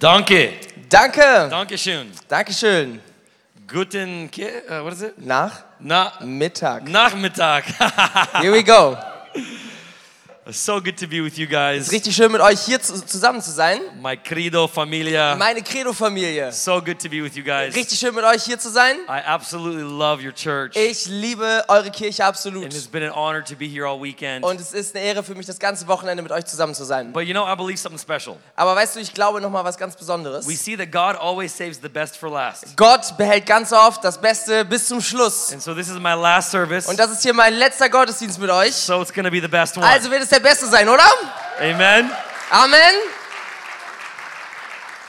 Danke. Danke. Dankeschön. Dankeschön. Guten Ke äh, what is it? Nach Na Mittag. Nachmittag. Here we go. so good to be with you guys. Richtig schön mit euch hier zu, zusammen zu sein. My credo familia. Meine Credo-Familie. so good to be with you guys. Richtig schön mit euch hier zu sein. I absolutely love your church. Ich liebe eure Kirche and it's absolut. been an honor to be here all weekend. Und es ist eine Ehre für mich, das ganze Wochenende mit euch zusammen zu sein. but you know, I believe something special. Aber weißt du, ich glaube nochmal was ganz Besonderes. We see that God always saves the best for last. Gott behält ganz oft das Beste bis zum Schluss. And so this is my last service. Und das ist hier mein letzter Gottesdienst mit euch. so it's going to be the best one. Also wird es der Beste sein, oder? Amen. Amen.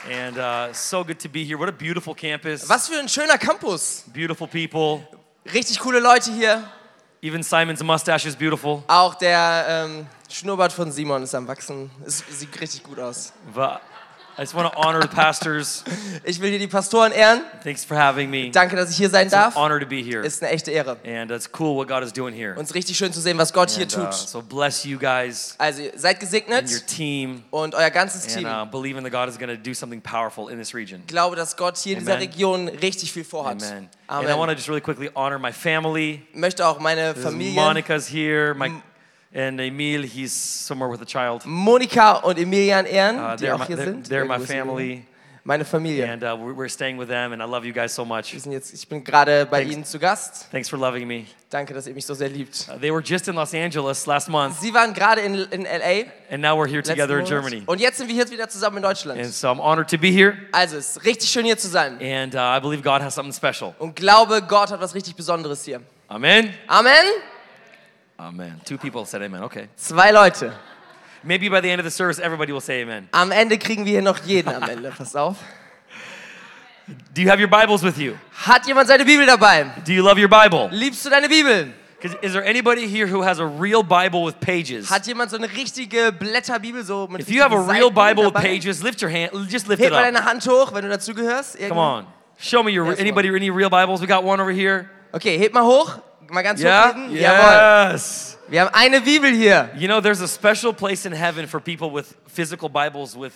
And uh, so good to be here. What a beautiful campus. Was für ein schöner Campus. Beautiful people. Richtig coole Leute hier. Even Simon's mustache is beautiful. Auch der ähm, Schnurrbart von Simon ist am Wachsen. Es sieht richtig gut aus. But I just want to honor the pastors. Ich will hier die Pastoren ehren. Thanks for having me. It's Danke, dass ich hier sein an darf. honor to be here. Ist eine echte Ehre. And it's cool what God is doing here. Uns richtig schön zu sehen, was Gott hier And, uh, tut. so bless you guys Also ihr seid and your gesegnet team. und euer ganzes And Team. uh, believing that God is going to do something powerful in this region. Ich glaube, dass Gott hier in dieser Amen. Region richtig viel vorhat. Amen. And I want to Amen. just really quickly honor my family. Ich möchte auch meine This is Familie, Monica's here. My, and Emil, he's somewhere with a child. Monika und Emilian Uh, ehren, die they're auch my, hier they're, sind. they're my Irgendwo ist Emilian. family. Meine Familie. And uh, we're, we're staying with them. And I love you guys so much. Wir sind jetzt, ich bin gerade bei Thanks. Ihnen zu Gast. Thanks for loving me. Danke, dass ihr mich so sehr liebt. Uh, they were just in Los Angeles last month. Sie waren gerade in, in L.A. And now we're here letzten together in Monat. Germany. Und jetzt sind wir hier wieder zusammen in And Deutschland. so I'm honored to be here. Also, es ist richtig schön hier zu sein. And uh, I believe God has something special. Und glaube, Gott hat was richtig Besonderes hier. Amen. Amen. Amen. Two people said amen. Okay. Zwei Leute. Maybe by the end of the service, everybody will say amen. Am Ende kriegen wir hier noch jeden am Ende. Pass auf. Do you have your Bibles with you? Hat jemand seine Bibel dabei? Do you love your Bible? Liebst du deine Bibel? 'Cause Is there anybody here who has a real Bible with pages? Hat jemand so eine richtige Blätterbibel so mit If you have a richtigen real Seiten Bible with dabei? pages, lift your hand. Just lift Heb it mal up. deine Hand hoch, wenn du dazugehörst. Come on. Show me your Yes, anybody any real Bibles. We got one over here. Okay, heb mal hoch. Mal ganz hoch Yeah. heben. Jawohl. Yes. Wir haben eine Bibel hier. You know, there's a special place in heaven for people with physical Bibles with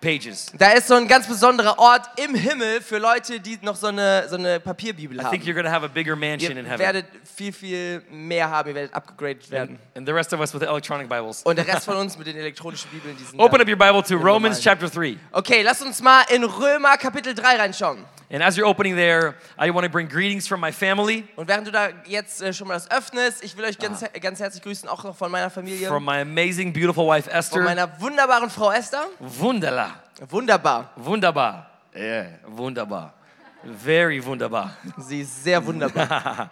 pages. Da ist so ein ganz besonderer Ort im Himmel für Leute, die noch so eine, so eine Papierbibel I think haben. you're gonna have a bigger mansion in Ihr heaven. Mhm. werdet viel, viel mehr haben. Ihr werdet abgegradet werden. And the rest of us with electronic Bibles. Und der Rest von uns mit den elektronischen Bibeln, die sind Open da. up your Bible to Romans Bible. chapter 3. Okay, lasst uns mal in Römer Kapitel 3 reinschauen. And as you're opening there, I want to bring greetings from my family, Und während du da jetzt äh, schon mal das öffnest, ich will euch ganz, her- ganz herzlich grüßen, auch noch von meiner Familie, Ah. from my amazing, beautiful wife von Esther. meiner wunderbaren Frau Esther. Wunderla. Wunderbar. Wunderbar. Yeah, wunderbar. Very wunderbar. Sie ist sehr wunderbar.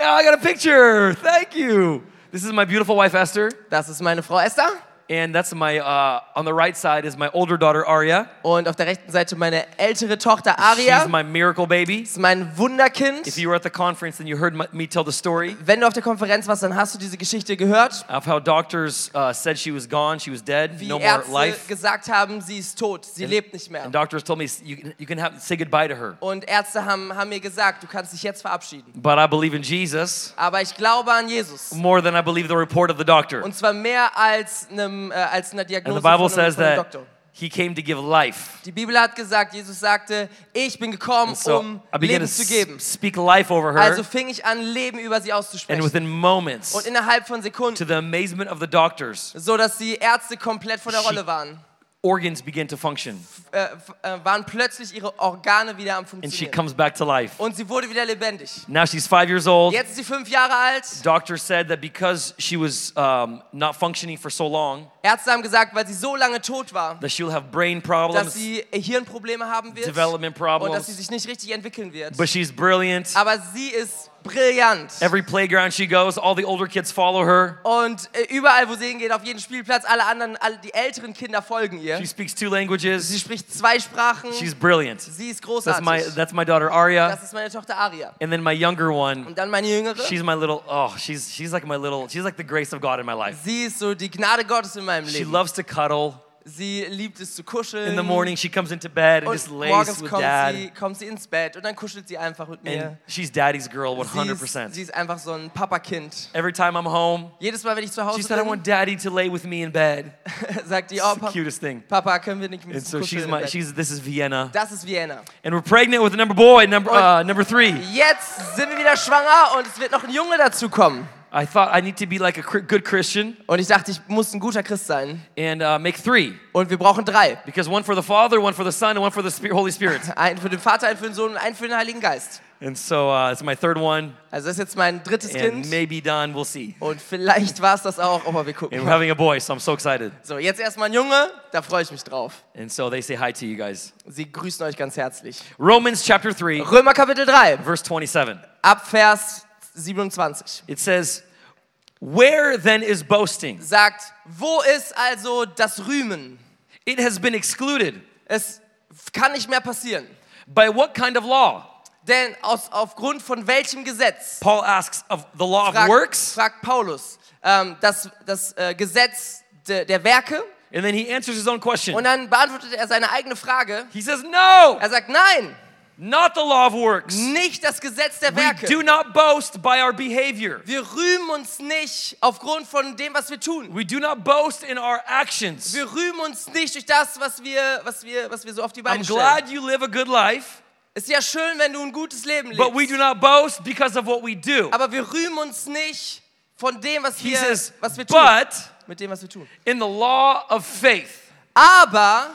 Oh, I got a picture. Thank you. This is my beautiful wife Esther, Das ist meine Frau Esther. and that's my uh, on the right side is my older daughter Aria. Und auf der rechten Seite meine ältere Tochter Aria. She's my miracle baby. ist mein Wunderkind. If you were at the conference and you heard my, me tell the story Wenn du auf der Konferenz warst, dann hast du diese Geschichte gehört, of how doctors uh, said she was gone, she was dead, wie no more Ärzte life, gesagt haben, sie ist tot, sie lebt nicht mehr. and doctors told me you, can- you can have, say goodbye to her. Und Ärzte haben, haben mir gesagt, du kannst dich jetzt verabschieden. But I believe in Jesus Aber ich glaube an Jesus. more than I believe the report of the doctor. Und zwar mehr als, einem, äh, als einer And Diagnose the Bible von einem, says von einem that Doktor. he came to give life. Die Bibel hat gesagt, Jesus sagte, ich bin gekommen, So um I began Leben to zu geben. s- speak life over her, Also fing ich an, Leben über sie and auszusprechen. within moments, Und innerhalb von to Sekunden, the amazement of the doctors, so dass die Ärzte komplett von der She- Rolle waren, organs begin to function, äh, f- äh, waren plötzlich ihre Organe wieder am and she Funktionieren. comes back to life. Und sie wurde wieder lebendig. Now she's five years old. Jetzt ist sie fünf Jahre alt. Doctor said that because she was um, not functioning for so long, Ärzte haben gesagt, weil sie so lange tot war, that she'll have brain dass problems, sie äh, Hirnprobleme haben wird development und dass sie problems. sich nicht richtig entwickeln wird. But she's brilliant. Aber sie ist brillant. Every playground she goes, all the older kids follow her. Und äh, überall, wo sie hingeht, auf jedem Spielplatz, alle anderen, alle, die älteren Kinder folgen ihr. She speaks two Sie languages. spricht zwei Sprachen. She's brilliant. Sie ist That's großartig. my that's my daughter Aria, das ist meine Tochter Aria. and then my younger one. Und dann meine Jüngere. She's my little oh, she's she's like my little she's like the grace of God in my life. sie ist so die Gnade Gottes in meinem She Leben. loves to cuddle. Sie liebt es zu kuscheln. In the morning, she comes into bed and just und lays morgens with kommt sie, dad. kommt sie ins Bett und dann kuschelt sie einfach mit And mir. she's daddy's girl Sie ist, 100%. sie ist einfach so ein Papakind. Every time I'm home, Jedes Mal, wenn ich zu she Hause said, I want bin, daddy to lay with me in bed. sagt die, oh, It's the Papa, cutest thing. Papa, können wir nicht mit And so she's kuscheln? im my, Bett? she's, this is Vienna. das ist Vienna. And we're pregnant with number boy, number, Und- uh, number three. Jetzt sind wir wieder schwanger und es wird noch ein Junge dazukommen. I thought I need to be like a cr- good Christian Und ich dachte, ich muss ein guter Christ sein. and uh, make three. Und wir brauchen drei. Because one for the Father, one for the Son, and one for the Spirit, Holy Spirit. Einen für den Vater, einen für den Sohn und einen für den Heiligen Geist. And so uh, it's my third one, Also das ist jetzt mein drittes and Kind. maybe done. We'll see. Und vielleicht war es das auch, aber wir gucken. And we're having a boy, so I'm so excited. So, jetzt erstmal ein Junge, da freue ich mich drauf. And so they say hi to you guys. Sie grüßen euch ganz herzlich. Romans chapter 3, Römer Kapitel 3, verse 27. ab Vers 27, It says, Where then is boasting? sagt, wo ist also das Rühmen? It has been excluded. Es kann nicht mehr passieren. By what kind of law? Denn aus, aufgrund von welchem Gesetz, Paul asks of the law of fragt, works. fragt Paulus, ähm, das, das äh, Gesetz de, der Werke. And then he answers his own Und question. dann beantwortet er seine eigene Frage. He says, No, Er sagt, nein, not the law of works. nicht das Gesetz der We do Werke. not boast by our behavior. Wir rühmen uns nicht aufgrund von dem, was wir tun. We do not boast in our actions. Wir rühmen uns nicht durch das, was wir, was wir, was wir so auf die I'm Beine stellen. glad you live a good life, Es ist ja schön, wenn du ein gutes Leben but we lebst. do not boast because of what we do. Aber wir rühmen uns nicht von dem, was He wir, says, was wir tun. but Mit dem, was wir tun. in the law of faith, Aber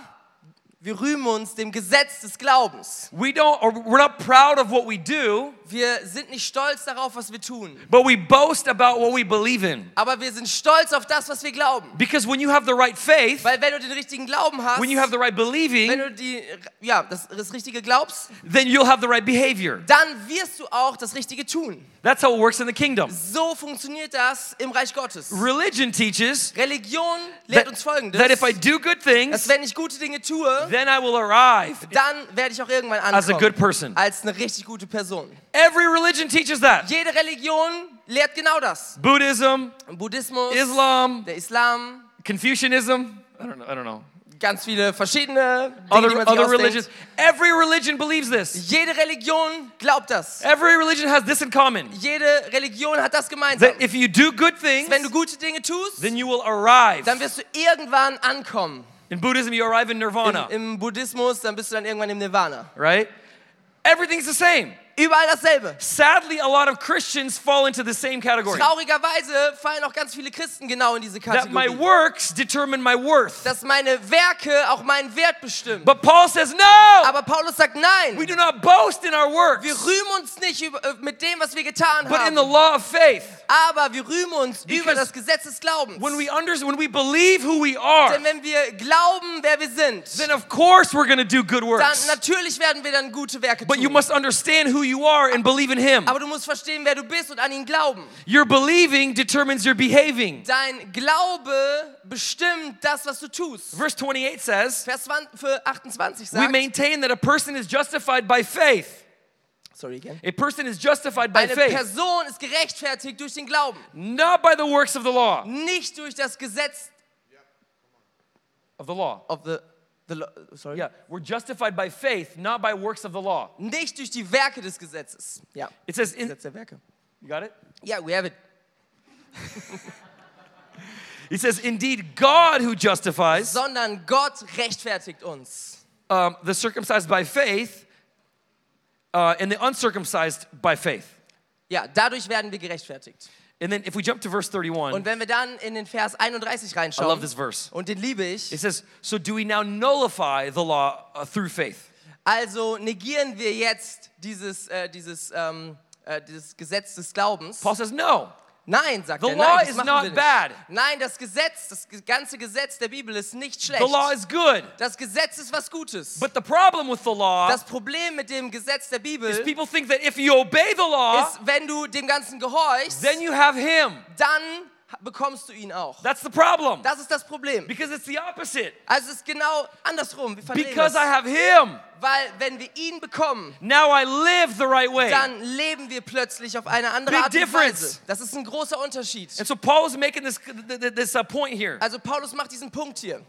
wir rühmen uns dem Gesetz des Glaubens. we don't, or we're not proud of what we do, Wir sind nicht stolz darauf, was wir tun. but we boast about what we believe in. Aber wir sind stolz auf das, was wir glauben. Because when you have the right faith, Weil wenn du den richtigen Glauben hast, when you have the right wenn believing, du die, ja, das, das Richtige glaubst, then you'll have the right behavior. dann wirst du auch das Richtige tun. That's how it works in the kingdom. So funktioniert das im Reich Gottes. Religion teaches Religion lehrt that, uns Folgendes, that if I do good dass things, wenn ich gute Dinge tue, then I will arrive dann werde ich auch irgendwann as a good ankommen person. als eine richtig gute Person. Every religion teaches that. Jede Religion lehrt genau das. Buddhism, Im Buddhismus, Islam, der Islam, Confucianism. I don't know. I don't know. ganz viele verschiedene Dinge, die Other, man sich other ausdenkt. religions. Every religion believes this. Jede Religion glaubt das. Every religion has this in common: Jede Religion hat das gemeinsam. that if you do good things, Wenn du gute Dinge tust, then you will arrive. dann wirst du irgendwann ankommen. In Buddhism, you arrive in Im, nirvana, Im Buddhismus, dann bist du dann irgendwann im Nirvana. right? Everything's the same. Überall dasselbe. Sadly, a lot of Christians fall into the same category. Traurigerweise fallen auch ganz viele Christen genau in diese That my Kategorie. works determine my worth. Dass meine Werke auch meinen Wert bestimmen. But Paul says, no! Aber Paulus sagt, We nein, do not boast in our wir works, rühmen uns nicht über, äh, mit dem, was wir getan but in the haben, law of faith. aber wir rühmen uns über Because das Gesetz des Glaubens. When we Denn under, when we believe who we are, wenn wir glauben, wer wir sind, then of course we're going to do good dann works. natürlich werden wir dann gute Werke But you tun. must understand who you are and believe in Him. Aber du musst verstehen, wer du bist und an ihn glauben. Your believing determines your behaving. Dein Glaube bestimmt das, was du tust. Verse 28 says, Vers 20 für 28 We sagt, maintain that a person is justified by faith. sorry again. A person is justified by Eine faith, Person ist gerechtfertigt durch den Glauben, not by the works of the law. nicht durch das Gesetz Of the law. of the, the lo- sorry, Yeah, we're justified by faith, not by works of the law. nicht durch die Werke des Gesetzes. Ja, It says, in, Gesetz der Werke. you got it? Ja, we have it. It says, indeed, God who justifies Sondern Gott rechtfertigt uns. um, the circumcised by faith uh, and the uncircumcised by faith. Ja, dadurch werden wir gerechtfertigt. And then if we jump to verse 31, Und wenn wir dann in den Vers 31 I love reinschauen, this verse. und den liebe It ich, says, So do we now nullify the law uh, through faith? also negieren wir jetzt dieses, äh, dieses, ähm, äh, dieses Gesetz des Glaubens. Paul says, No. Nein, sagt The er, law nein, das is machen not wir nicht. bad. Nein, das Gesetz, das ge- ganze Gesetz der Bibel ist nicht schlecht. The law is good. Das Gesetz ist was Gutes. But the problem with the law Das Problem mit dem Gesetz der Bibel is ist, people think that if you obey the law, wenn du dem Ganzen gehorchst, then you have him. dann ha- bekommst du ihn auch. That's the problem. Das ist das Problem. Because it's the opposite. Also es ist genau andersrum. Wir verdrehen Because I das. have him, Weil wenn wir ihn bekommen, now I live the right way. dann leben wir plötzlich auf eine andere Big Art und difference. Weise. Das ist ein großer Unterschied. And so Paul is making this, th- th- this uh, point here. Also Paulus macht diesen Punkt hier.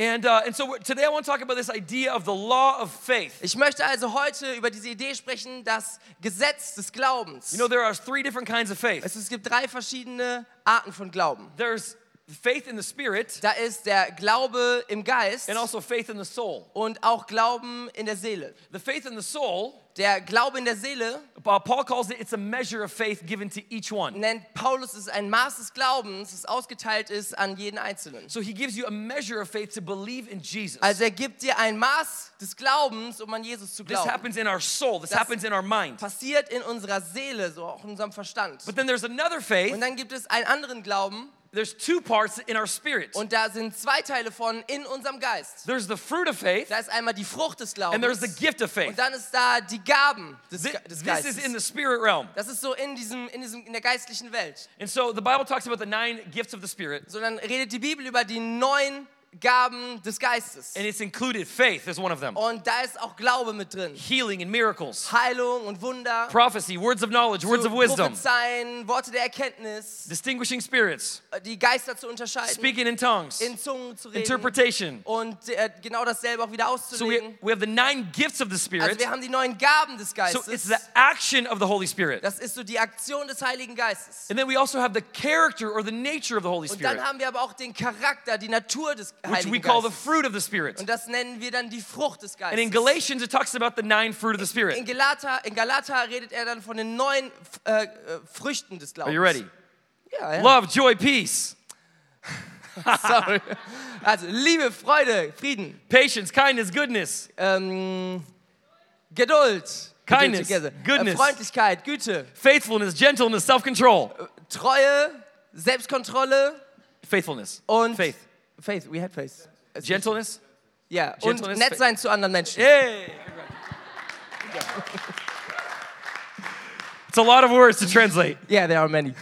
And, uh, and so we're- today I want to talk about this idea of the law of faith. Ich möchte also heute über diese Idee sprechen, das Gesetz des Glaubens. You know, there are three different kinds of faith. es, es gibt drei verschiedene Arten von Glauben. There's faith in the spirit Da ist der Glaube im Geist and also faith in the soul. und auch Glauben in der Seele. The faith in the soul, Der Glaube in der Seele uh, Paul calls it, it's a measure of faith given to each one. nennt Paulus es ein Maß des Glaubens, das ausgeteilt ist an jeden Einzelnen. So he gives you a measure of faith to believe in Jesus. Also er gibt dir ein Maß des Glaubens, um an Jesus zu This glauben. happens in our soul, this Das- happens in our mind. Passiert in unserer Seele, so auch in unserem Verstand. But then there's another faith, Und dann gibt es einen anderen Glauben there's two parts in our spirit. und da sind zwei Teile von in unserem Geist. There's the fruit of faith Da ist einmal die Frucht des and there's the Glaubens gift of faith. und dann ist da die Gaben des, Thi- Ge- This des is in Geistes. the spirit realm. Das ist so in, diesem, in, diesem, in der geistlichen Welt. And so the Bible talks about the nine gifts of the spirit, Sondern redet die Bibel über die neun Gaben des Geistes. and it's included faith is one of them, Und da ist auch Glaube mit drin. healing and miracles, Heilung und Wunder. prophecy, words of knowledge, words zu of wisdom, Prophezeien, Worte der Erkenntnis, distinguishing spirits, die Geister zu unterscheiden, speaking in tongues, in Zungen zu reden interpretation. und äh, genau dasselbe auch wieder So we, auszulegen. we have the nine gifts of the Also spirit. wir haben die neuen Gaben des So it's Geistes. the action of the Holy Spirit. Das ist so die Aktion des Heiligen Geistes. And then we also have the character or the nature of the Holy Und dann Spirit, haben wir aber auch den Charakter, die Natur des which we Heiligen call the Geistes. fruit of the Spirit. Und das nennen wir dann die Frucht des And in Geistes. Galatians, it talks about the nine fruit of the In Spirit. Galater, in Galater redet er dann von den neuen äh, äh, Früchten des Glaubens. Are you ready? Ja, ja. Love, joy, peace, Sorry. Also Liebe, Freude, Frieden, patience, kindness, goodness, ähm, Geduld, Kindness, Geduld, Geduld, goodness. äh, Freundlichkeit, Güte, faithfulness, gentleness, self control. Treue, Selbstkontrolle Faithfulness. und Faith. Faith, we had faith. Es- Gentleness. Ja, und Gentleness, nett faith. sein zu anderen Menschen. Yay! It's a lot of words to translate. Yeah, there are many.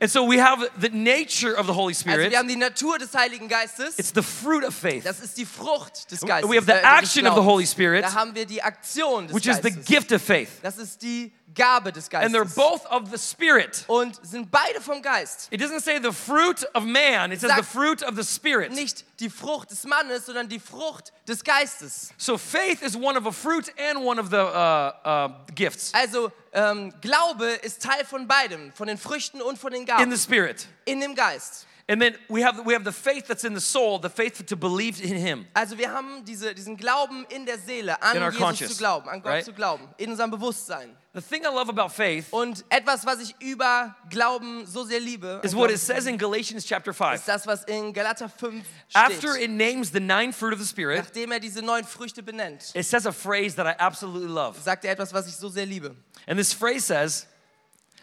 And so we have the nature of the Holy Also Spirit. wir haben die Natur des Heiligen Geistes. It's the fruit of faith, Das ist die Frucht des Geistes. we have the äh, des action of the Glaubens. Holy Spirit, Da haben wir die Aktion des which is the Geistes. gift of faith. Das ist die Gabe des Geistes. And they're both of the Spirit. und sind beide vom Geist. It doesn't say the fruit of man, it says the Sagt- fruit of the Spirit. Nicht die Frucht des Mannes, sondern die Frucht des Geistes. So faith is one of a fruit and one of the uh, uh, gifts Also ähm, Glaube ist Teil von beidem, von den Früchten und von den in Gaben the Spirit. in dem Geist. And then we have, we have the faith that's in the soul, the faith to believe in Him. Also wir haben diese, diesen Glauben in der Seele, an In our Jesus conscience, zu glauben, an Gott right? zu glauben, in unserem Bewusstsein. The thing I love about faith Und etwas, was ich über Glauben so sehr liebe, is an what Glauben, it says in Galatians chapter 5. ist das, was in Galater 5 steht. After it names the nine fruit of the Spirit, Nachdem er diese neun Früchte benennt, it says a phrase that I absolutely love. sagt er etwas, was ich so sehr liebe. And this phrase says,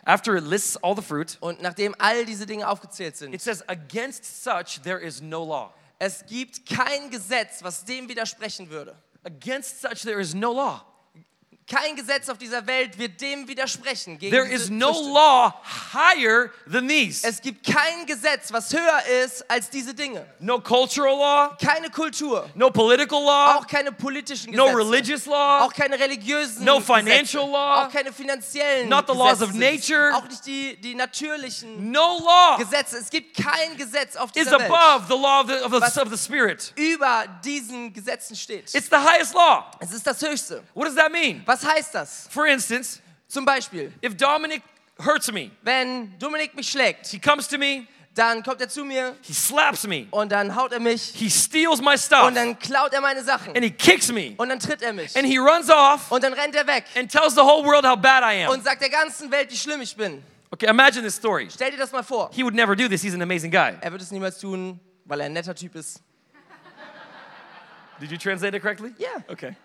after it lists all the fruit, Und nachdem all diese Dinge aufgezählt sind, it says, against such there is no law. Es gibt kein Gesetz, was dem widersprechen würde. Against such there is no law. Kein Gesetz auf dieser Welt wird dem widersprechen. Gegen There diese is no Früchte. law higher than these. Es gibt kein Gesetz, was höher ist als diese Dinge. No cultural law, Keine Kultur, no political law, auch keine politischen no Gesetze, religious law, auch keine religiösen No financial Gesetze, law. auch keine finanziellen Not the laws of Gesetze, nature. auch nicht die, die natürlichen no law Gesetze. Es gibt kein Gesetz auf is dieser Welt, above the law of the, of Was- the, of the Spirit. über diesen Gesetzen steht. It's the highest law. es ist das Höchste. What does that mean? Was heißt das? For instance, Zum Beispiel, if Dominic hurts me, wenn Dominik mich schlägt, he comes to me, dann kommt er zu mir he slaps me, Und dann haut er mich. he steals my stuff, Und dann klaut er meine Sachen. and he kicks me, Und dann tritt er mich. and he runs off Und dann rennt er weg. and tells the whole world how bad I am. Und sagt der ganzen Welt, wie schlimm ich bin. Okay, imagine this story. Stell dir das mal vor. He would never do this. He's an amazing guy. Er wird es niemals tun, weil er ein netter Typ ist. Did you translate it correctly? Ja. Okay.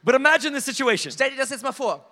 But imagine this situation. Stell dir das jetzt mal vor.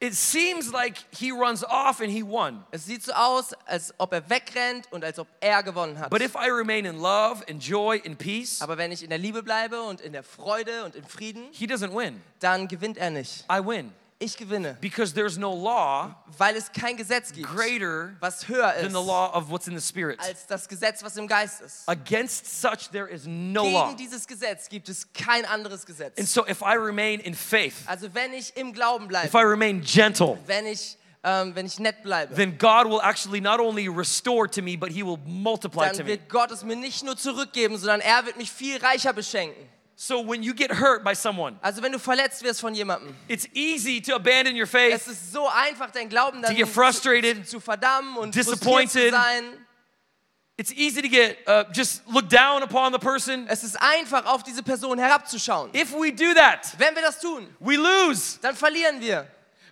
It seems like he runs off and he won. Es sieht so aus, als ob er wegrennt und als ob er gewonnen hat. But if I remain in love and joy and peace, Aber wenn ich in der Liebe bleibe und in der Freude und im Frieden, he doesn't win. dann gewinnt er nicht. I win Ich gewinne, because there's no law weil es kein Gesetz gibt, greater was höher than ist the law of what's in the spirit. als das Gesetz, was im Geist ist. Against such there is no law. Gegen dieses Gesetz gibt es kein anderes Gesetz. And so if I remain in faith, Also wenn ich im Glauben bleibe, if I remain gentle, wenn ich ähm, wenn ich nett bleibe, then God will actually not only restore to me, but He will multiply to dann me. wird Gott es mir nicht nur zurückgeben, sondern er wird mich viel reicher beschenken. So when you get hurt by someone, Also wenn du verletzt wirst von jemandem, it's easy to abandon your es faith, ist so einfach, dein Glauben to dann get zu, frustrated. zu verdammen und frustriert zu disappointed. sein. It's easy to get uh, just look down upon the person. Es ist einfach, auf diese Person herabzuschauen. If we do that, Wenn wir das tun, we lose. dann verlieren wir.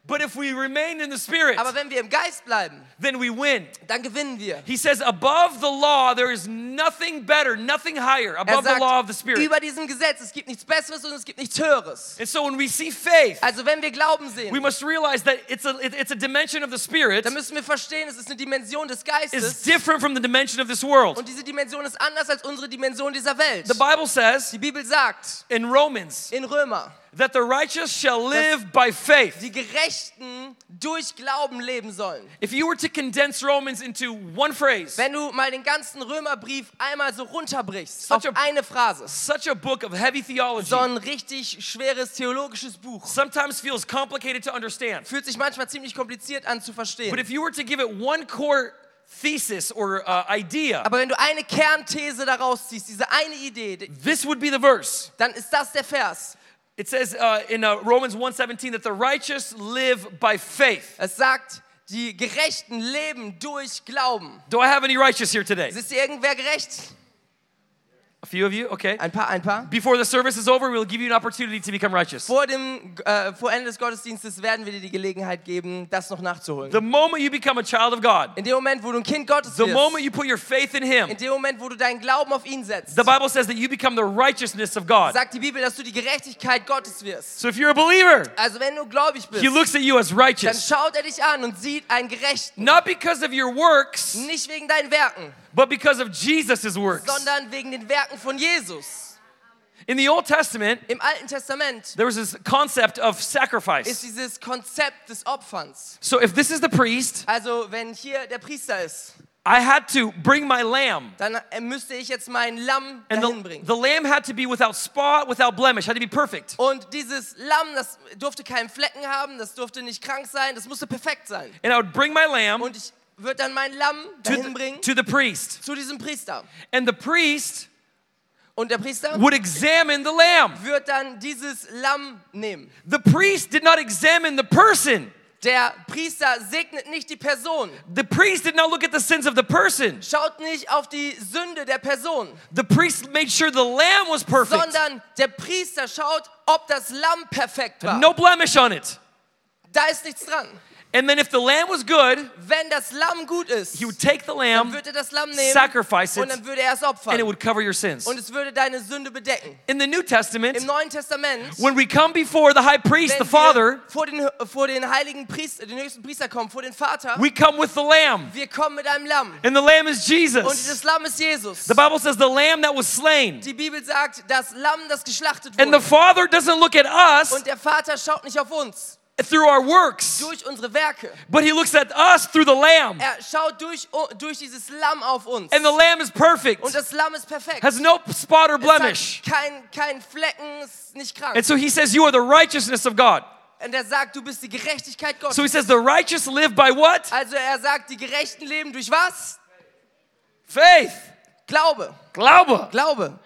But if we remain in the Spirit, Aber wenn wir im Geist bleiben, then we win. dann gewinnen wir. He says, above the law, there is nothing better, nothing higher Er above the law of the sagt, Spirit. über diesem Gesetz, es gibt nichts Besseres und es gibt nichts Höheres. And so when we see faith, Also wenn wir Glauben sehen, we must realize that it's a, it- it's a dimension of the Spirit dann müssen wir verstehen, es ist eine Dimension is des Geistes different from the dimension of this world. und diese Dimension ist anders als unsere Dimension dieser Welt. The Bible says Die Bibel sagt in Romans in Römer, that the righteous shall live by faith. die Gerechten durch Glauben leben sollen. If you were to condense Romans into one phrase, Wenn du mal den ganzen Römerbrief einmal so runterbrichst auf Such a- eine Phrase, such a book of heavy theology so ein richtig schweres theologisches Buch, sometimes feels complicated to understand. fühlt sich manchmal ziemlich kompliziert an zu But verstehen. if you were to give it one core thesis or uh, idea, Aber wenn du eine Kernthese daraus ziehst, diese eine Idee, die- this would be the verse. dann ist das der Vers. It says uh, in uh, Romans 1:17 that the righteous live by faith. Es sagt, die Gerechten leben durch Glauben. Do I have any righteous here today? Ist hier irgendwer gerecht? A few of you, okay. Ein paar, ein paar. Before the service is over, we'll give you an opportunity to become righteous. Vor dem äh, vor Ende des Gottesdienstes werden wir dir die Gelegenheit geben, das noch nachzuholen. The moment you become a child of God, In dem Moment, wo du ein Kind Gottes the wirst, moment you put your faith in Him, in dem Moment, wo du deinen Glauben auf ihn setzt, the Bible says that you become the righteousness of God. sagt die Bibel, dass du die Gerechtigkeit Gottes wirst. So if you're a believer, Also wenn du gläubig bist, He looks at you as dann righteous, schaut er dich an und sieht einen Gerechten. not because of your works, Nicht wegen deinen Werken, but because of Jesus' works. sondern wegen den Werken von Jesus. In the Old Testament, Im Alten Testament there was this concept of ist sacrifice. dieses Konzept des Opferns. So if this is the priest, Also wenn hier der Priester ist, I had to bring my lamb. dann äh, müsste ich jetzt mein Lamm And dahin the, bringen. the lamb had to be without spot, without blemish, had to be perfect. Und dieses Lamm, das durfte keinen Flecken haben, das durfte nicht krank sein, das musste perfekt sein. And I would bring my lamb Und ich würde dann mein Lamm to dahin the, bringen to the priest. zu diesem Priester. And the priest Und der Priester would examine the lamb. wird dann dieses Lamm nehmen. The priest did not examine the person. Der Priester segnet nicht die Person, The priest did not look at the sins of the person. schaut nicht auf die Sünde der Person, The priest made sure the lamb was perfect. sondern der Priester schaut, ob das Lamm perfekt war. No blemish on it. Da ist nichts dran. And then if the lamb was good, Wenn das Lamm gut ist, he would take the dann lamb würde er das Lamm nehmen Sacrifice it. und dann würde er es and it opfern. would cover your sins. Und es würde deine Sünde bedecken. In the New Testament, Im Neuen Testament, when we come before the high priest, the wenn Father, wir vor den, vor den heiligen Priester, den höchsten Priester kommen, vor den Vater, we come with the lamb. wir kommen mit einem Lamm. And the lamb is Und Jesus. dieses Lamm ist Jesus. The Bible says the lamb that was slain. Die Bibel sagt, das Lamm, das geschlachtet And the wurde. Father doesn't look at us Und der Vater schaut nicht auf uns, through our works, durch unsere Werke. but he looks at us through the lamb. Er schaut durch, oh, durch dieses Lamm auf uns. And the lamb is perfect, Und das Lamm ist perfekt. has no spot or blemish. Es hat kein, kein Flecken, ist nicht krank. And so he says, You are the righteousness of God. Und er sagt, du bist die Gerechtigkeit Gottes. So he says, The righteous live by what? also er sagt, die Gerechten leben durch was? Faith. Glaube. Glaube. Glaube.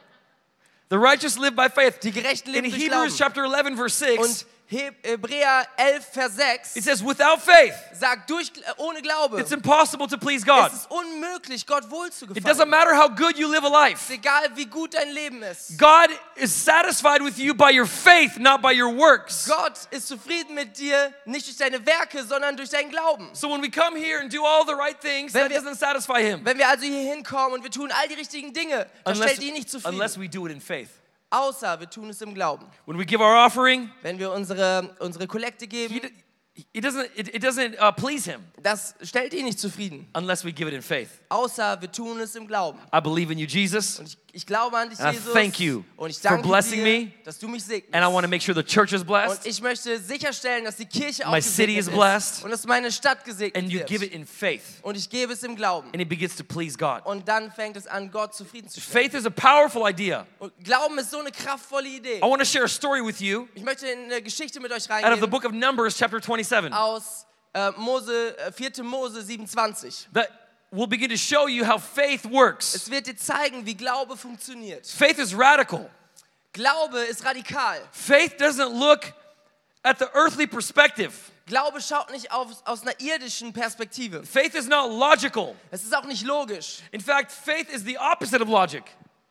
The righteous live by faith. Die Gerechten In leben durch Hebrews Glauben. chapter 11, verse 6, Und He- Hebräer 11, Vers 6 it says, Without faith, sagt, durch, ohne Glaube It's ist impossible to please God. es unmöglich, Gott It doesn't wohlzugefallen. matter how good you live a Ist life. egal, wie gut dein Leben ist. God is satisfied with you by your faith, not by your works. Gott ist zufrieden mit dir, nicht durch deine Werke, sondern durch deinen Glauben. So when we come here and do all the right things, Wenn that wir- doesn't satisfy Him. Wenn wir also hier hinkommen und wir tun all die richtigen Dinge, dann stellt ihn nicht unless zufrieden. we do it in faith. Außer wir tun es im Glauben. When we give our offering, Wenn wir unsere, unsere Kollekte He, geben, d- he doesn't, it, it doesn't uh, please Him das stellt ihn nicht zufrieden. unless we give it in faith. Außer wir tun es im Glauben. I believe in you, Jesus, Und ich, ich glaube an dich, And I Jesus. Ah, thank you und ich for danke blessing dir, me. dass du mich segnest. and I want to make sure the church is und blessed, ich möchte sicherstellen, dass die Kirche auch My city is gesegnet blessed. ist und dass meine Stadt gesegnet and you wird. give it in faith, und ich gebe es im Glauben. and it begins to please God. Und dann fängt es an, Gott zufrieden zu stellen. Faith is a powerful idea. Und Glauben ist so eine kraftvolle Idee. I want to share a story with you Ich möchte in eine Geschichte mit euch out of the reingehen book of Numbers, chapter 27. aus äh, Mose, äh, 4. Mose 27. that will begin to show you how faith works. Es wird dir zeigen, wie Glaube funktioniert. Faith is radical. Glaube ist radikal. Faith doesn't look at the earthly perspective. Glaube schaut nicht auf, aus einer irdischen Perspektive. Faith is not logical. Es ist auch nicht logisch. In fact, faith is the opposite of logic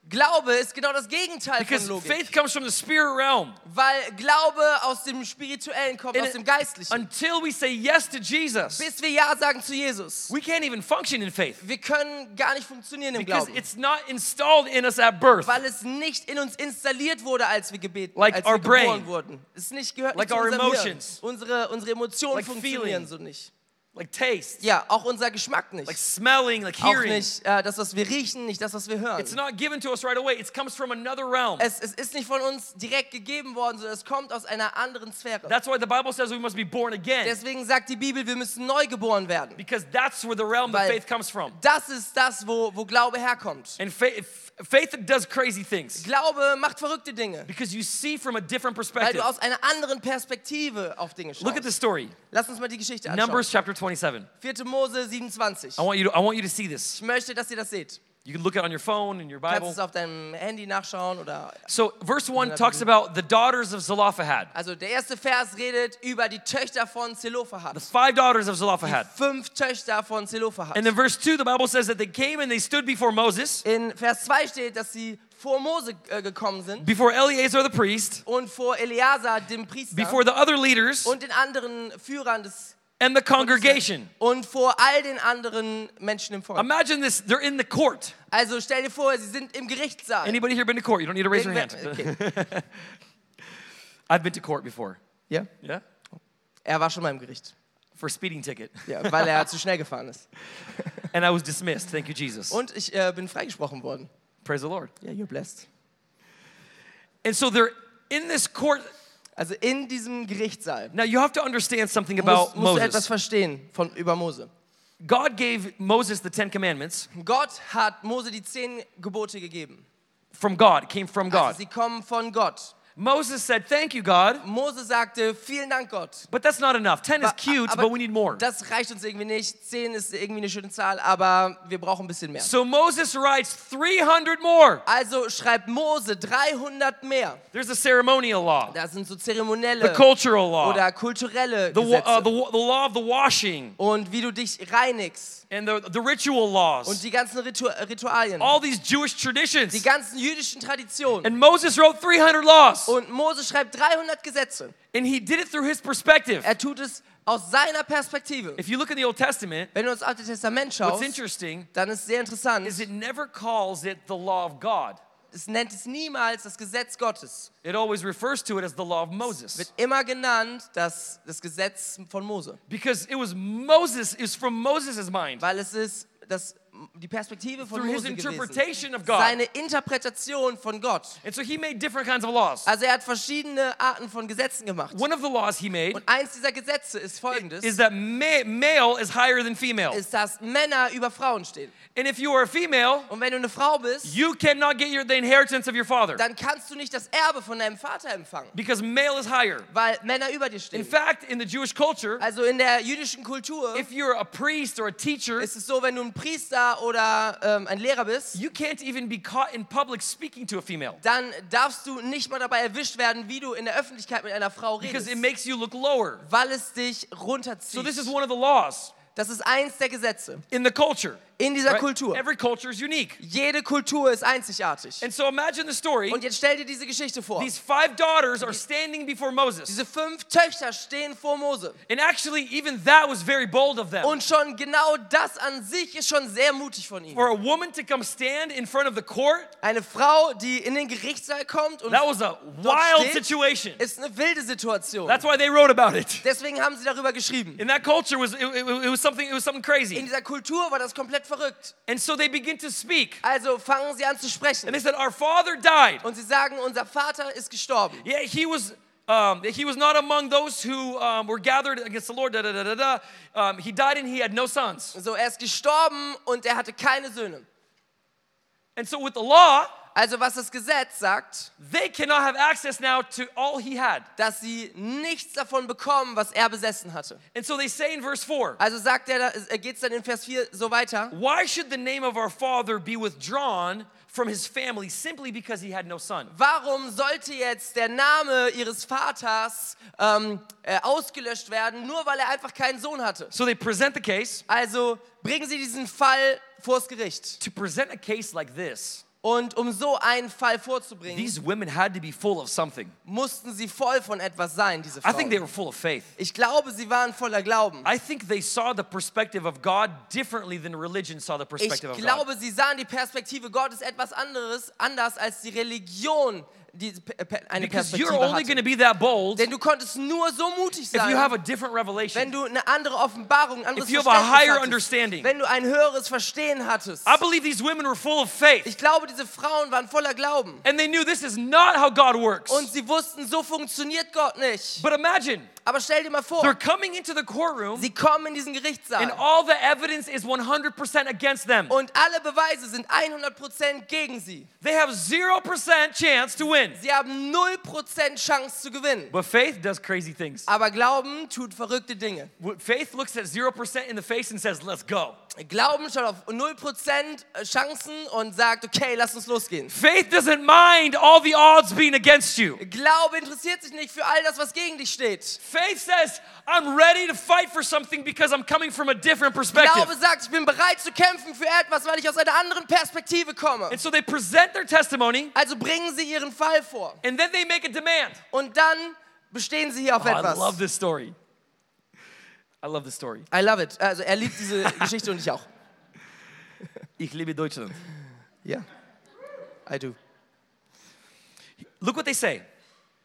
Glaube ist genau das Gegenteil von because Logik. faith comes from the spirit realm. Weil Glaube aus dem Spirituellen kommt, In- aus dem Geistlichen. Until we say yes to Jesus, Bis wir Ja sagen zu Jesus. we can't even function in faith Wir können gar nicht funktionieren im because Glauben. it's not installed in us at birth. Weil es nicht in uns installiert wurde, als wir gebeten, Like als our wir geboren brain. wurden. Es nicht gehört Like nicht our zu unserem emotions. Hirn. Unsere, unsere Emotionen Like funktionieren feeling. so nicht. Like taste, Ja, auch unser Geschmack nicht. like smelling, like auch hearing. nicht äh, das, was wir riechen, nicht das, was wir hören. It's not given to us right away. It comes from another realm. Es, es ist nicht von uns direkt gegeben worden, sondern es kommt aus einer anderen Sphäre. That's why the Bible says we must be born again Deswegen sagt die Bibel, wir müssen neu geboren werden. because that's where the realm of Weil- faith comes from. Das ist das, wo, wo Glaube herkommt. And faith, faith does crazy things Glaube macht verrückte Dinge, because you see from a different weil perspective. du aus einer anderen Perspektive auf Dinge Look at the schaust. story. Lass uns mal die Geschichte anschauen. Numbers chapter 27. 4. Mose 27. I want you to, I want you to see this. Ich möchte, dass ihr das seht. You can look it on your phone and your Du kannst Bible. es auf deinem Handy nachschauen oder. So verse 1 talks about the daughters of Zelophehad. Also der erste Vers redet über die Töchter von The Zelophahat. five daughters of Zelophehad. Fünf Töchter von And then Zelophahat. verse 2 the Bible says that they came and they stood before Moses, In Vers 2 steht, dass sie vor Mose äh, gekommen sind before Eleazar the priest, und vor Eleazar, dem Priester, before the other leaders und den anderen Führern des and the congregation. und vor all den anderen Menschen im Volk. Imagine this, they're in the court. Also stell dir vor, sie sind im Gerichtssaal. Anybody here been to court? You don't need to raise your hand. Okay. I've been to court before. Ja, Yeah? er war schon mal im Gericht, For a speeding ticket. ja, weil er zu schnell gefahren ist. And I was dismissed. Thank you, Jesus. Und ich äh, bin freigesprochen worden. Praise the Lord. Ja, you're blessed. And so they're in this court. Also in diesem Gerichtssaal Now you have to understand something musst, about musst du etwas Moses. verstehen von, über Mose. God gave Moses the Ten Commandments Gott hat Mose die zehn Gebote gegeben. from God, It came from Also God. sie kommen von Gott. Moses said, Thank you, God, Mose sagte, vielen Dank Gott. but that's not enough. Ten is Aber- cute, aber but we need more. Das reicht uns irgendwie nicht. Zehn ist irgendwie eine schöne Zahl, aber wir brauchen ein bisschen mehr. So Moses writes 300 more. Also schreibt Mose 300 mehr. There's a ceremonial law, Das sind so the zeremonielle cultural law, oder kulturelle the, wa- uh, Gesetze. the, wa- the law of the washing, Und wie du dich reinigst. and the, the ritual Und laws. die ganzen Ritu Ritualien. All these Jewish Die traditions. ganzen jüdischen Traditionen. And Moses wrote 300 laws, Und Mose schreibt 300 Gesetze. and he did it through his perspective. Er tut es aus seiner Perspektive. If you look in the Old Testament, Wenn du ins Alte Testament what's schaust, interesting dann ist sehr is interessant. it never calls it the law of God. Es nennt es niemals das Gesetz Gottes. It always refers to it as the law of Moses. Wird immer genannt das, das Gesetz von Mose. Because it was Moses, is from Moses' mind. Weil es ist das, die Perspektive von Through his Mose gewesen. interpretation of God. Seine Interpretation von Gott. And so he made different kinds of laws. Also er hat verschiedene Arten von Gesetzen gemacht. One of the laws he made Und eins dieser Gesetze ist folgendes, is that ma- male is higher than female. ist, dass Männer über Frauen stehen. And if you are a female, Und wenn du eine Frau bist, you cannot get your, the inheritance of your father dann kannst du nicht das Erbe von deinem Vater empfangen, because male is higher. weil Männer über dir In stehen. fact, in the Jewish culture, Also in der jüdischen Kultur if you're a priest or a teacher, ist es so, wenn du ein Priester oder ähm, ein Lehrer bist, you can't even be caught in public speaking to a female dann darfst du nicht mal dabei erwischt werden, wie du in der Öffentlichkeit mit einer Frau because it redest, makes you look lower. weil es dich So this is runterzieht. one of the laws Das ist eins der Gesetze in the culture. in dieser right? Kultur. Every culture is unique. Jede Kultur ist einzigartig. And so imagine the story. Und jetzt stell dir diese Geschichte vor. These five daughters are standing before Moses. Diese fünf Töchter stehen vor Mose. And actually, even that was very bold of them. Und schon genau das an sich ist schon sehr mutig von ihnen. For a woman to come stand in front of the court, Eine Frau, die in den Gerichtssaal kommt und that was a dort wild steht, situation. ist eine wilde Situation. That's why they wrote about it. Deswegen haben sie darüber geschrieben. In that culture was it, it- it was something it was something In crazy. dieser Kultur war das komplett verrückt. And so they begin to speak. Also fangen sie an zu And they sprechen. said, "Our father died. Und sie sagen, unser Vater ist gestorben. Yeah, he was um, he was not among those who um, were gathered against the Lord. Da, da, da, da, da. Um, he died and he had no sons. So, er ist gestorben und er hatte keine Söhne. And so with the law, Also was das Gesetz sagt, they cannot have access now to all he had. dass sie nichts davon bekommen, was er besessen hatte. And so they say in verse 4 Also sagt er, geht es dann in Vers 4 so weiter. Why should the name of our father be withdrawn from his family simply because he had no son? Warum sollte jetzt der Name ihres Vaters ähm, äh, ausgelöscht werden, nur weil er einfach keinen Sohn hatte? So they present the case. Also bringen Sie diesen Fall vors Gericht. To present a case like this, Und um so einen Fall vorzubringen, these women had to be full of something. mussten sie voll von etwas sein, diese I think they Frauen. were full of faith. Ich glaube, sie waren voller Glauben. I think they saw the perspective of God differently than religion saw the Ich perspective of God. glaube, sie sahen die Perspektive Gottes etwas anderes, anders als die Religion die pe- pe- eine Because Perspektive you're only going to hatte. be that bold Denn du konntest nur so if mutig you have sein, a different wenn revelation. du eine andere Offenbarung, ein anderes If you have a higher understanding. Verständnis hattest, wenn du ein höheres Verstehen hattest. I believe these women were full of faith Ich glaube, diese Frauen waren voller Glauben. and they knew this is not how God works. Und sie wussten, so funktioniert Gott nicht. But imagine Aber stell dir mal they're vor, coming into the courtroom sie kommen in diesen and Gerichtssaal all the evidence is 100% against them. und alle Beweise sind 100% gegen sie. They have 0% chance to win. Sie haben 0% Chance zu gewinnen. But faith does crazy things. Aber Glauben tut verrückte Dinge. Wh- Faith looks at 0% in the face and says, let's go. Glauben schaut auf 0% Chancen und sagt, okay, lass uns losgehen. Faith doesn't mind all the odds being against you. Glaube interessiert sich nicht für all das, was gegen dich steht. Faith says, I'm ready to fight for something because I'm coming from a different Glaube perspective. sagt, ich bin bereit zu kämpfen für etwas, weil ich aus einer anderen Perspektive komme. And so they present their testimony Also bringen sie ihren Fall vor. and then they make a demand. Und dann bestehen sie hier auf Oh, I etwas. love this story. I love this story. I love it. Also er liebt diese Geschichte und ich auch. Ich liebe Deutschland. Ja. I do. Look what they say.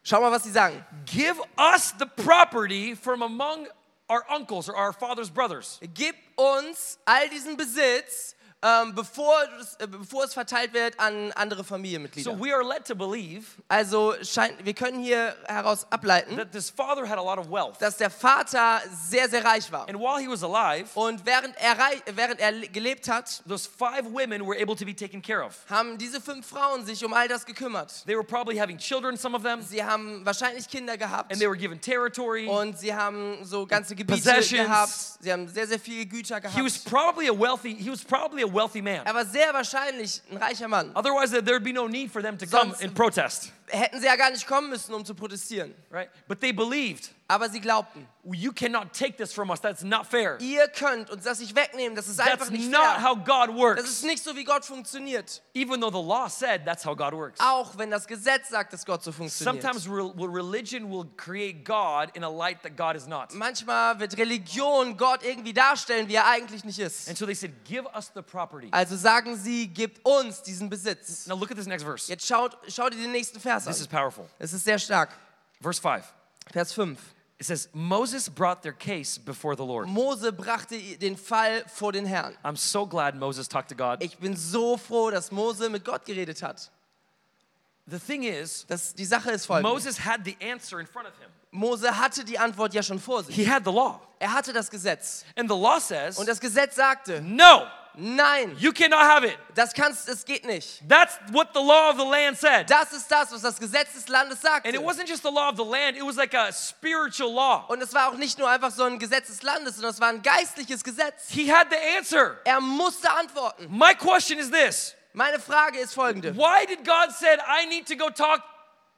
Schau mal, was sie sagen. Give us the property from among our uncles or our father's brothers. Gib uns all diesen Besitz, ähm, bevor, du das, äh, bevor es verteilt wird an andere So Familienmitglieder. we are led to believe also scheint, wir können hier heraus ableiten, that this father had a lot of wealth. dass der Vater sehr, sehr reich war. And while he was alive, Und während er, rei- während er le- gelebt hat, those five women were able to be taken care of. haben diese fünf Frauen sich um all das gekümmert. They were probably having children, some of them, Sie haben wahrscheinlich Kinder gehabt and they were given territory. und sie haben so ganze Gebiete Possessions. gehabt. Sie haben sehr, sehr viele Güter He was gehabt. probably a wealthy, he was probably a wealthy man. Er war sehr wahrscheinlich ein reicher Mann. Otherwise, there- there'd be no need for them to come Sonst- and protest, Hätten sie ja gar nicht kommen müssen, um zu protestieren. right? But they believed, Aber sie glaubten. you cannot take this from us. That's not fair. ihr könnt uns das nicht wegnehmen, das ist einfach That's nicht not fair. how God Das works. ist nicht so, wie Gott funktioniert. Even though the law said that's how God works. Auch wenn das Gesetz sagt, dass Gott so funktioniert. Sometimes re- well, religion will create God in a light that God is not. Manchmal wird Religion Gott irgendwie darstellen, wie er eigentlich nicht ist. And so they said, Give us the property. Also sagen sie, gebt uns diesen Besitz. Now look at this next verse. Jetzt schaut, schaut ihr den nächsten Vers This is an. powerful. Es ist sehr stark. Verse 5. Vers 5. It says, Moses brought their case before the Lord. Mose brachte den Fall vor den Herrn. I'm so glad Moses talked to God. Ich bin so froh, dass Mose mit Gott geredet hat. The thing is, Das, die Sache ist folgende. Moses had the answer in front of him. Mose hatte die Antwort ja schon vor sich. He had the law. Er hatte das Gesetz. And the law Und says, das Gesetz sagte, No, Nein, you cannot have it. das kannst, es geht nicht. That's what the law of the land said. Das ist das, was das Gesetz des Landes sagt. And it wasn't just the law of the land, it was like a spiritual law. Und es war auch nicht nur einfach so ein Gesetz des Landes, sondern es war ein geistliches Gesetz. He had the answer. Er musste antworten. My question is this Meine Frage ist folgende. Why did God said I need to go talk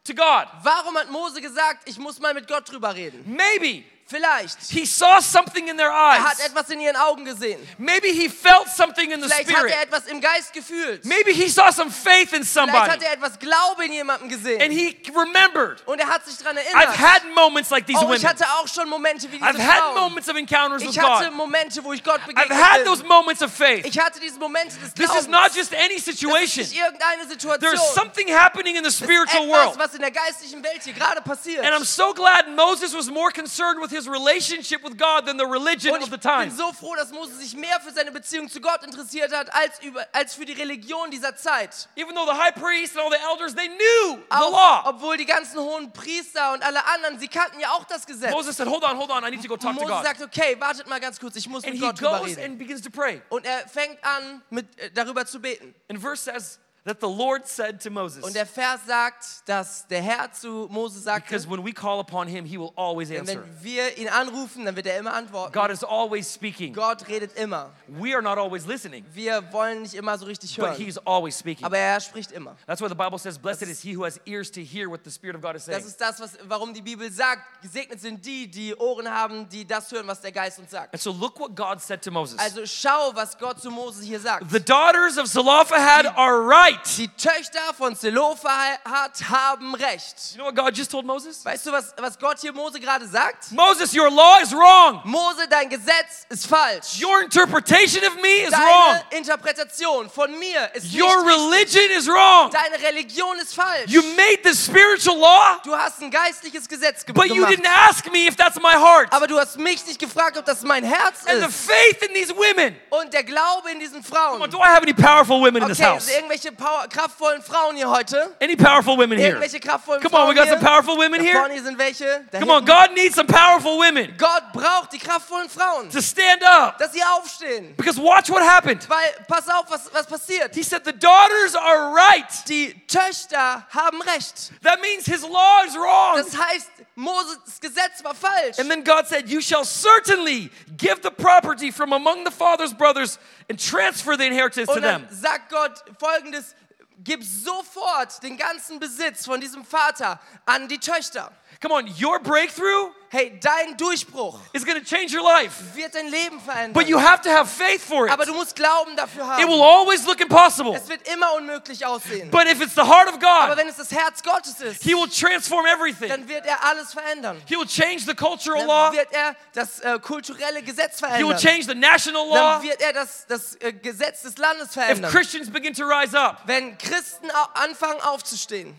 to God? Warum hat Mose gesagt, ich muss mal mit Gott drüber reden? Maybe Vielleicht. he saw something in their Er hat eyes. etwas in ihren Augen gesehen. Maybe he felt something in the Vielleicht hat spirit. er etwas im Geist gefühlt. Maybe he saw some faith in Vielleicht hat somebody. er etwas Glaube in jemandem And gesehen. he remembered. Und er hat sich daran I've erinnert. had moments like these Oh, ich women. hatte auch schon Momente wie diese I've had Frauen. moments of encounters with Ich hatte God. Momente, wo ich Gott I've begegnet had bin. those moments of faith. Ich hatte diese Momente des This Glaubens. is not just any Das situation. ist nicht irgendeine Situation. There's something happening in the spiritual world. Etwas, was in der geistlichen Welt hier gerade passiert. And I'm so glad Moses was more concerned with his relationship with God than the religion Und of ich the time. bin so froh, dass Moses sich mehr für seine Beziehung zu Gott interessiert hat, als, über, als für die Religion dieser Zeit. Even though the high priest and all the elders, they knew the Auch, law. obwohl die ganzen hohen Priester und alle anderen, sie kannten ja auch das Gesetz. Moses said, Hold on, hold on, I need to go talk to Moses God. sagt, okay, wartet mal ganz kurz, ich muss And mit he Gott drüber goes reden. and begins to pray. Und er fängt an, mit, äh, darüber zu beten. And verse says, that the Lord said to Moses. Und der Vers sagt, dass der Herr zu Mose sagte, Because when we call upon him, he will always denn answer. wenn wir ihn anrufen, dann wird er immer antworten. God is always speaking. Gott redet immer. We are not always listening, Wir wollen nicht immer so richtig but hören, he's always speaking. aber er spricht immer. That's why the Bible says, Blessed is he who has ears to hear what the Spirit of God is saying. Das ist das, was, warum die Bibel sagt, gesegnet sind die, die Ohren haben, die das hören, was der Geist uns sagt. And so look what God said to Moses. Also schau, was Gott zu Moses hier sagt. The daughters of Zelophehad are right. You Die Töchter von Zelophahat haben recht. know what God just told Moses? Weißt du, was, was Gott hier Mose gerade sagt? Moses, your law is wrong. Mose, dein Gesetz ist falsch. Your interpretation of me is wrong. Deine Interpretation von mir ist nicht Your richtig. religion is wrong. Deine Religion ist falsch. You made the spiritual law, Du hast ein geistliches Gesetz ge- but you gemacht. didn't ask me if that's my heart. Aber du hast mich nicht gefragt, ob das mein Herz And the ist. faith in these women. Und der Glaube in Well, diesen Frauen. do I have any powerful women in this Okay, house? also irgendwelche power kraftvollen Frauen hier heute? Any powerful women here? Irgendwelche kraftvollen Come Frauen on, we got hier? some powerful women Da here. vorne hier sind welche. Da Come on, hinten. God needs some powerful women Gott braucht die kraftvollen Frauen, to stand up. dass sie aufstehen. Because watch what happened. Weil, pass auf, was, was passiert. He said, The daughters are right. Die Töchter haben recht. That means his law is wrong. Das heißt, Moses Gesetz war falsch. And then God said, You shall certainly give the property from among the father's brothers and transfer the inheritance to Und them. dann sagt Gott folgendes, gib sofort den ganzen Besitz von diesem Vater an die Töchter. Come on, your breakthrough Hey, dein Durchbruch is going to change your life. wird dein Leben verändern. But you have to have faith for it. Aber du musst Glauben dafür It haben. will always look impossible. Es wird immer unmöglich aussehen. But if it's the heart of Aber God, wenn es das Herz Gottes ist, He will transform everything. dann wird er alles verändern. He will change the cultural law. Dann wird er das äh, kulturelle Gesetz He will verändern. change the national law. Dann wird er das, das äh, Gesetz des Landes If verändern. Christians begin to rise up, Wenn Christen au- anfangen aufzustehen,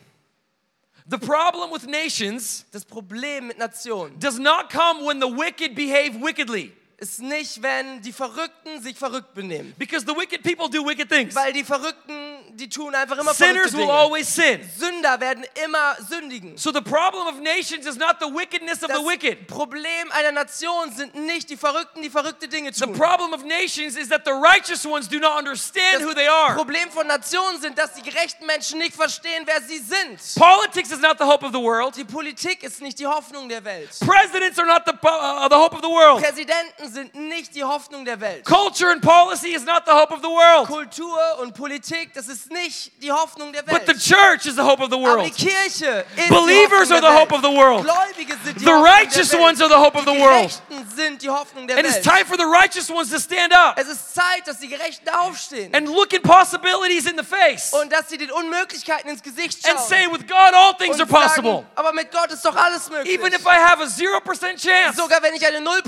the problem with nations das Problem mit Nationen does not come when the wicked behave wickedly, ist nicht, wenn die Verrückten sich verrückt benehmen. because the wicked people do wicked things. Weil die Verrückten, die tun einfach immer Sinners verrückte will Dinge. always sin. Sünder werden immer sündigen. So the problem of nations is not the wickedness of Das the wicked. Problem einer Nation sind nicht die Verrückten, die verrückte Dinge The tun. problem of nations is that the righteous ones do not understand who they Das are. Problem von Nationen sind, dass die gerechten Menschen nicht verstehen, wer sie sind. Politics is not the hope of the world. Die Politik ist nicht die Hoffnung der Welt. Presidents are not the, po- uh, the hope of the world. Präsidenten sind nicht die Hoffnung der Welt. Culture and policy is not the hope of the world. Kultur und Politik, das ist nicht die Hoffnung der But the Welt. church is the hope of the Aber die world. Kirche ist Believers die are Hoffnung the der hope Welt. of the world. Gläubige sind die The Hoffnung righteous der Welt. ones are the hope of the die world. Gerechten sind die Hoffnung der And Welt. it's time for the righteous ones to stand up es ist Zeit, dass die Gerechten aufstehen and look at possibilities in the face und dass sie den Unmöglichkeiten ins Gesicht schauen. and say, with God, all things are und possible. sagen, aber mit Gott ist doch alles möglich. Even if I have a 0% chance, Sogar wenn ich eine 0%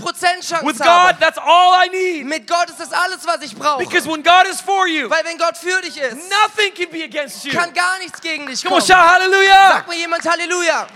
Chance with God, habe. that's all I need. Mit Gott ist das alles, was ich brauche. Because when God is for you, Weil wenn Gott für dich ist, nothing can be against you. kann Come gar nichts gegen dich on, kommen. shout Sag hallelujah. mir jemand Halleluja.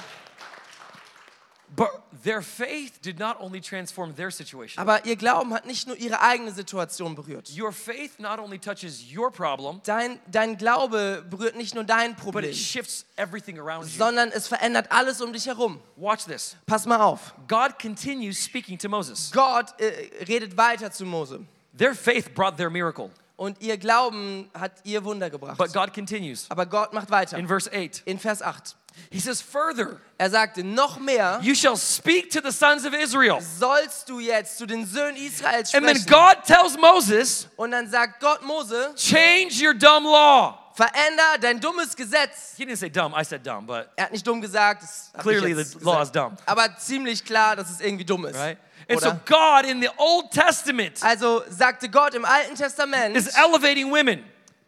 But their faith did not only transform their situation. Aber ihr Glauben hat nicht nur ihre eigene Situation berührt. Your faith not only touches your problem, Dein, dein Glaube berührt nicht nur dein but Problem, it shifts everything around you. sondern es verändert alles um dich herum. Watch this. Pass mal auf. God continues speaking to Moses. Gott äh, redet weiter zu Mose. Their faith brought their miracle. Und ihr Glauben hat ihr Wunder gebracht. But God continues. Aber Gott macht weiter. In verse 8, In Vers 8. he says, Further, Er sagte, noch mehr you shall speak to the sons of Israel. sollst du jetzt zu den Söhnen Israels And then sprechen. God tells Moses, Und dann sagt Gott Mose, Change your dumb law. veränder dein dummes Gesetz. He didn't say dumb, I said dumb, but Er hat nicht dumm gesagt. das hab ich Clearly jetzt the law gesagt. is dumb. Aber ziemlich klar, dass es irgendwie dumm ist. right? And so Oder? God in the Old Testament Also sagte Gott im Alten Testament, is elevating women.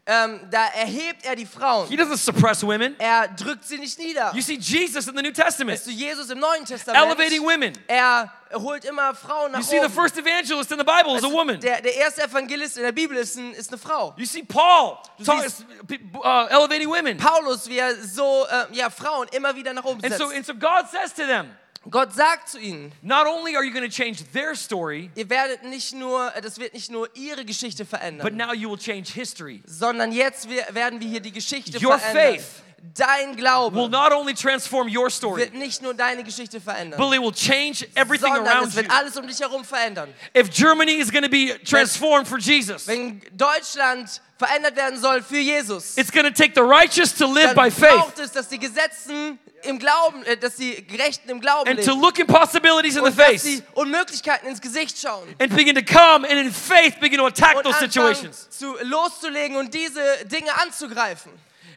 ähm, da erhebt er die He Frauen. doesn't suppress women. Er drückt sie nicht nieder. You see Jesus in the New Siehst Testament du Jesus im Neuen elevating Testament? women. Er holt immer Frauen nach You see the oben. first evangelist in Oh. the Bible is a woman. Der, der erste Evangelist in der Bibel ist, ein, ist eine Frau. You see Paul talk, siehst- uh, elevating women. Paulus, wie er so äh, ja, Frauen immer wieder nach oben And setzt. so, and so God says to them, Gott sagt zu ihnen, not only are you going to change their story, ihr werdet nicht nur, äh, das wird nicht nur ihre Geschichte but verändern, now you will change history. sondern jetzt wir, werden wir hier die Geschichte Your verändern. faith Dein Will Glaube not only transform your story, wird nicht nur deine Geschichte verändern, but it will change everything sondern around es you. wird alles um dich herum verändern. If Germany is going to be transformed for Jesus, Wenn Deutschland verändert werden soll für Jesus, It's going to take the righteous to live dann by faith braucht es, dass die Gesetzen im Glauben, äh, dass die Gerechten im Glauben and to leben look impossibilities in the und dass face sie Unmöglichkeiten ins Gesicht schauen and begin to come and in faith begin to attack und those anfangen situations. zu, loszulegen und diese Dinge anzugreifen.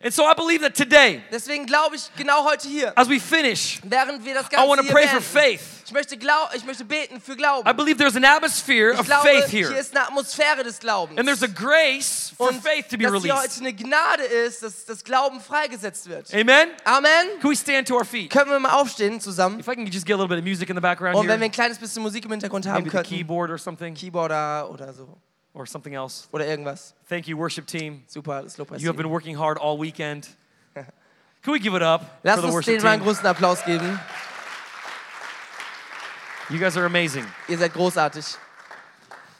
And so I believe that today, Deswegen glaube ich genau heute hier, as we finish, während wir das I want Ganze to hier pray for beenden, faith. ich möchte, glau ich möchte beten für Glauben. I believe there's an atmosphere Ich of glaube, faith hier here, ist eine Atmosphäre des Glaubens. and there's a grace for und faith to be dass hier heute released. eine Gnade ist, dass das Glauben freigesetzt wird. Amen. Amen. Can we stand to our feet? Können wir mal aufstehen zusammen? If I can just get a little bit of music in the background Und wenn wir here, ein kleines bisschen Musik Oh, im Hintergrund haben maybe the könnten, keyboard or something, Keyboarder oder so or something else. oder irgendwas. Thank you, worship team. Super, das Lobpreis. You have been working hard all weekend. Can we give it up for Lass the uns worship denen mal einen team? großen Applaus geben. You guys are amazing. Ihr seid großartig.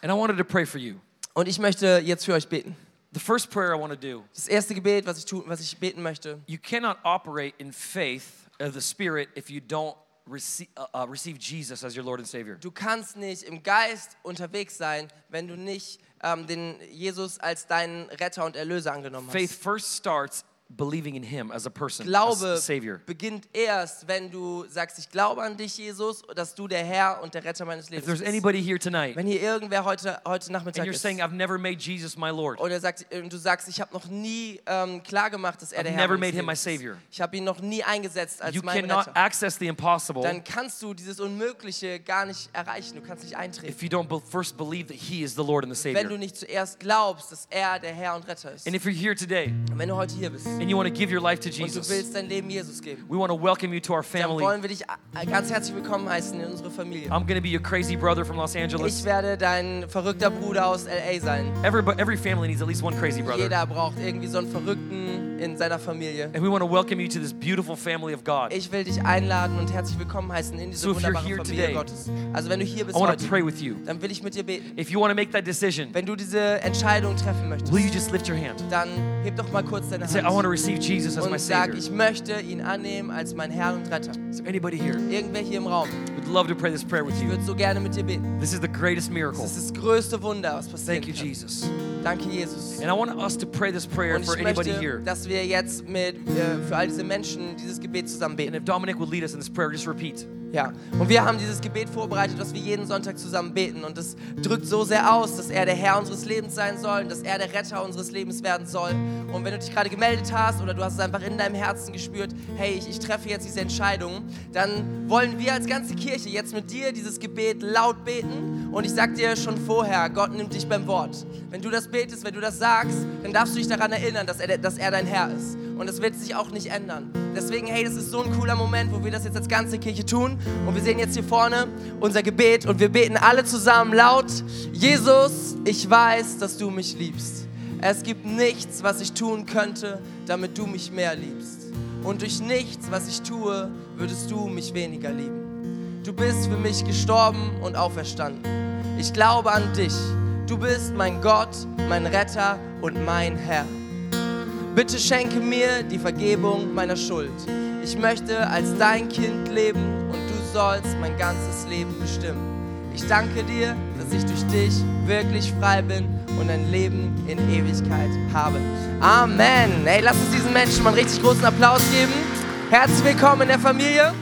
And I wanted to pray for you. Und ich möchte jetzt für euch beten. The first prayer I want to do Das erste Gebet, was ich tun, was ich beten möchte. you cannot operate in faith of the Spirit if you don't receive, uh, uh, receive Jesus as your Lord and Savior. Du kannst nicht im Geist unterwegs sein, wenn du nicht ähm, den Jesus als deinen Retter und Erlöser angenommen hast. Faith first starts believing in Him as a person, as Glaube a Savior. beginnt erst, wenn du sagst, ich glaube an dich, Jesus, dass du der Herr und der Retter meines If Lebens there's bist. anybody here tonight Wenn hier irgendwer heute, heute Nachmittag and you're ist saying, I've never made Jesus my Lord, und, er sagt, und du sagst, ich habe noch nie ähm, klargemacht, dass er I've der Herr never meines made him my Lebens ist. Savior. Ich habe ihn noch nie eingesetzt als you meinen cannot Retter. access the impossible Dann kannst du dieses Unmögliche gar nicht erreichen. Du kannst nicht eintreten, if you don't be- first believe that He is the Lord and the wenn du Savior. nicht zuerst glaubst, dass er der Herr und Retter ist. And if you're here today Und wenn du heute hier bist und and you want to give your life to du Jesus, willst dein Leben Jesus geben, we want to welcome you to our dann family. wollen wir dich äh, ganz herzlich willkommen heißen in unsere Familie. I'm going to be your crazy brother from Los Ich Angeles. werde dein verrückter Bruder aus LA sein. Every, every family needs at least one crazy brother. Jeder braucht irgendwie so einen Verrückten in seiner Familie. And we want to welcome you to this beautiful family of God. Ich will dich einladen und herzlich willkommen heißen in diese So if you're wunderbare here Familie today, Gottes. Also wenn du hier bist I want to heute, pray with you. dann will ich mit dir beten. If you want to make that decision, Wenn du diese Entscheidung treffen will you möchtest, just lift your hand? dann heb doch mal kurz deine Say, I want to Hand receive Jesus as my und sag, Savior. ich möchte ihn annehmen als mein Herr und Retter. Is there anybody here Irgendwer hier im Raum would love to pray this prayer with you? würde so gerne mit dir beten. This is the greatest miracle. Das ist das größte Wunder, was passiert. Thank you, Jesus. Danke, Jesus. And I want us to pray this prayer Und for ich anybody möchte, here. dass wir jetzt mit, äh, für all diese Menschen dieses Gebet zusammen And beten. if Dominic would lead us in this prayer, just repeat. Ja. Und wir haben dieses Gebet vorbereitet, was wir jeden Sonntag zusammen beten. Und das drückt so sehr aus, dass er der Herr unseres Lebens sein soll, und dass er der Retter unseres Lebens werden soll. Und wenn du dich gerade gemeldet hast oder du hast es einfach in deinem Herzen gespürt, hey, ich, ich treffe jetzt diese Entscheidung, dann wollen wir als ganze Kirche jetzt mit dir dieses Gebet laut beten. Und ich sag dir schon vorher, Gott nimmt dich beim Wort. Wenn du das betest, wenn du das sagst, dann darfst du dich daran erinnern, dass er, dass er dein Herr ist. Und das wird sich auch nicht ändern. Deswegen, hey, das ist so ein cooler Moment, wo wir das jetzt als ganze Kirche tun. Und wir sehen jetzt hier vorne unser Gebet und wir beten alle zusammen laut, Jesus, ich weiß, dass du mich liebst. Es gibt nichts, was ich tun könnte, damit du mich mehr liebst. Und durch nichts, was ich tue, würdest du mich weniger lieben. Du bist für mich gestorben und auferstanden. Ich glaube an dich. Du bist mein Gott, mein Retter und mein Herr. Bitte schenke mir die Vergebung meiner Schuld. Ich möchte als dein Kind leben und du sollst mein ganzes Leben bestimmen. Ich danke dir, dass ich durch dich wirklich frei bin und ein Leben in Ewigkeit habe. Amen. Hey, lass uns diesen Menschen mal einen richtig großen Applaus geben. Herzlich willkommen in der Familie.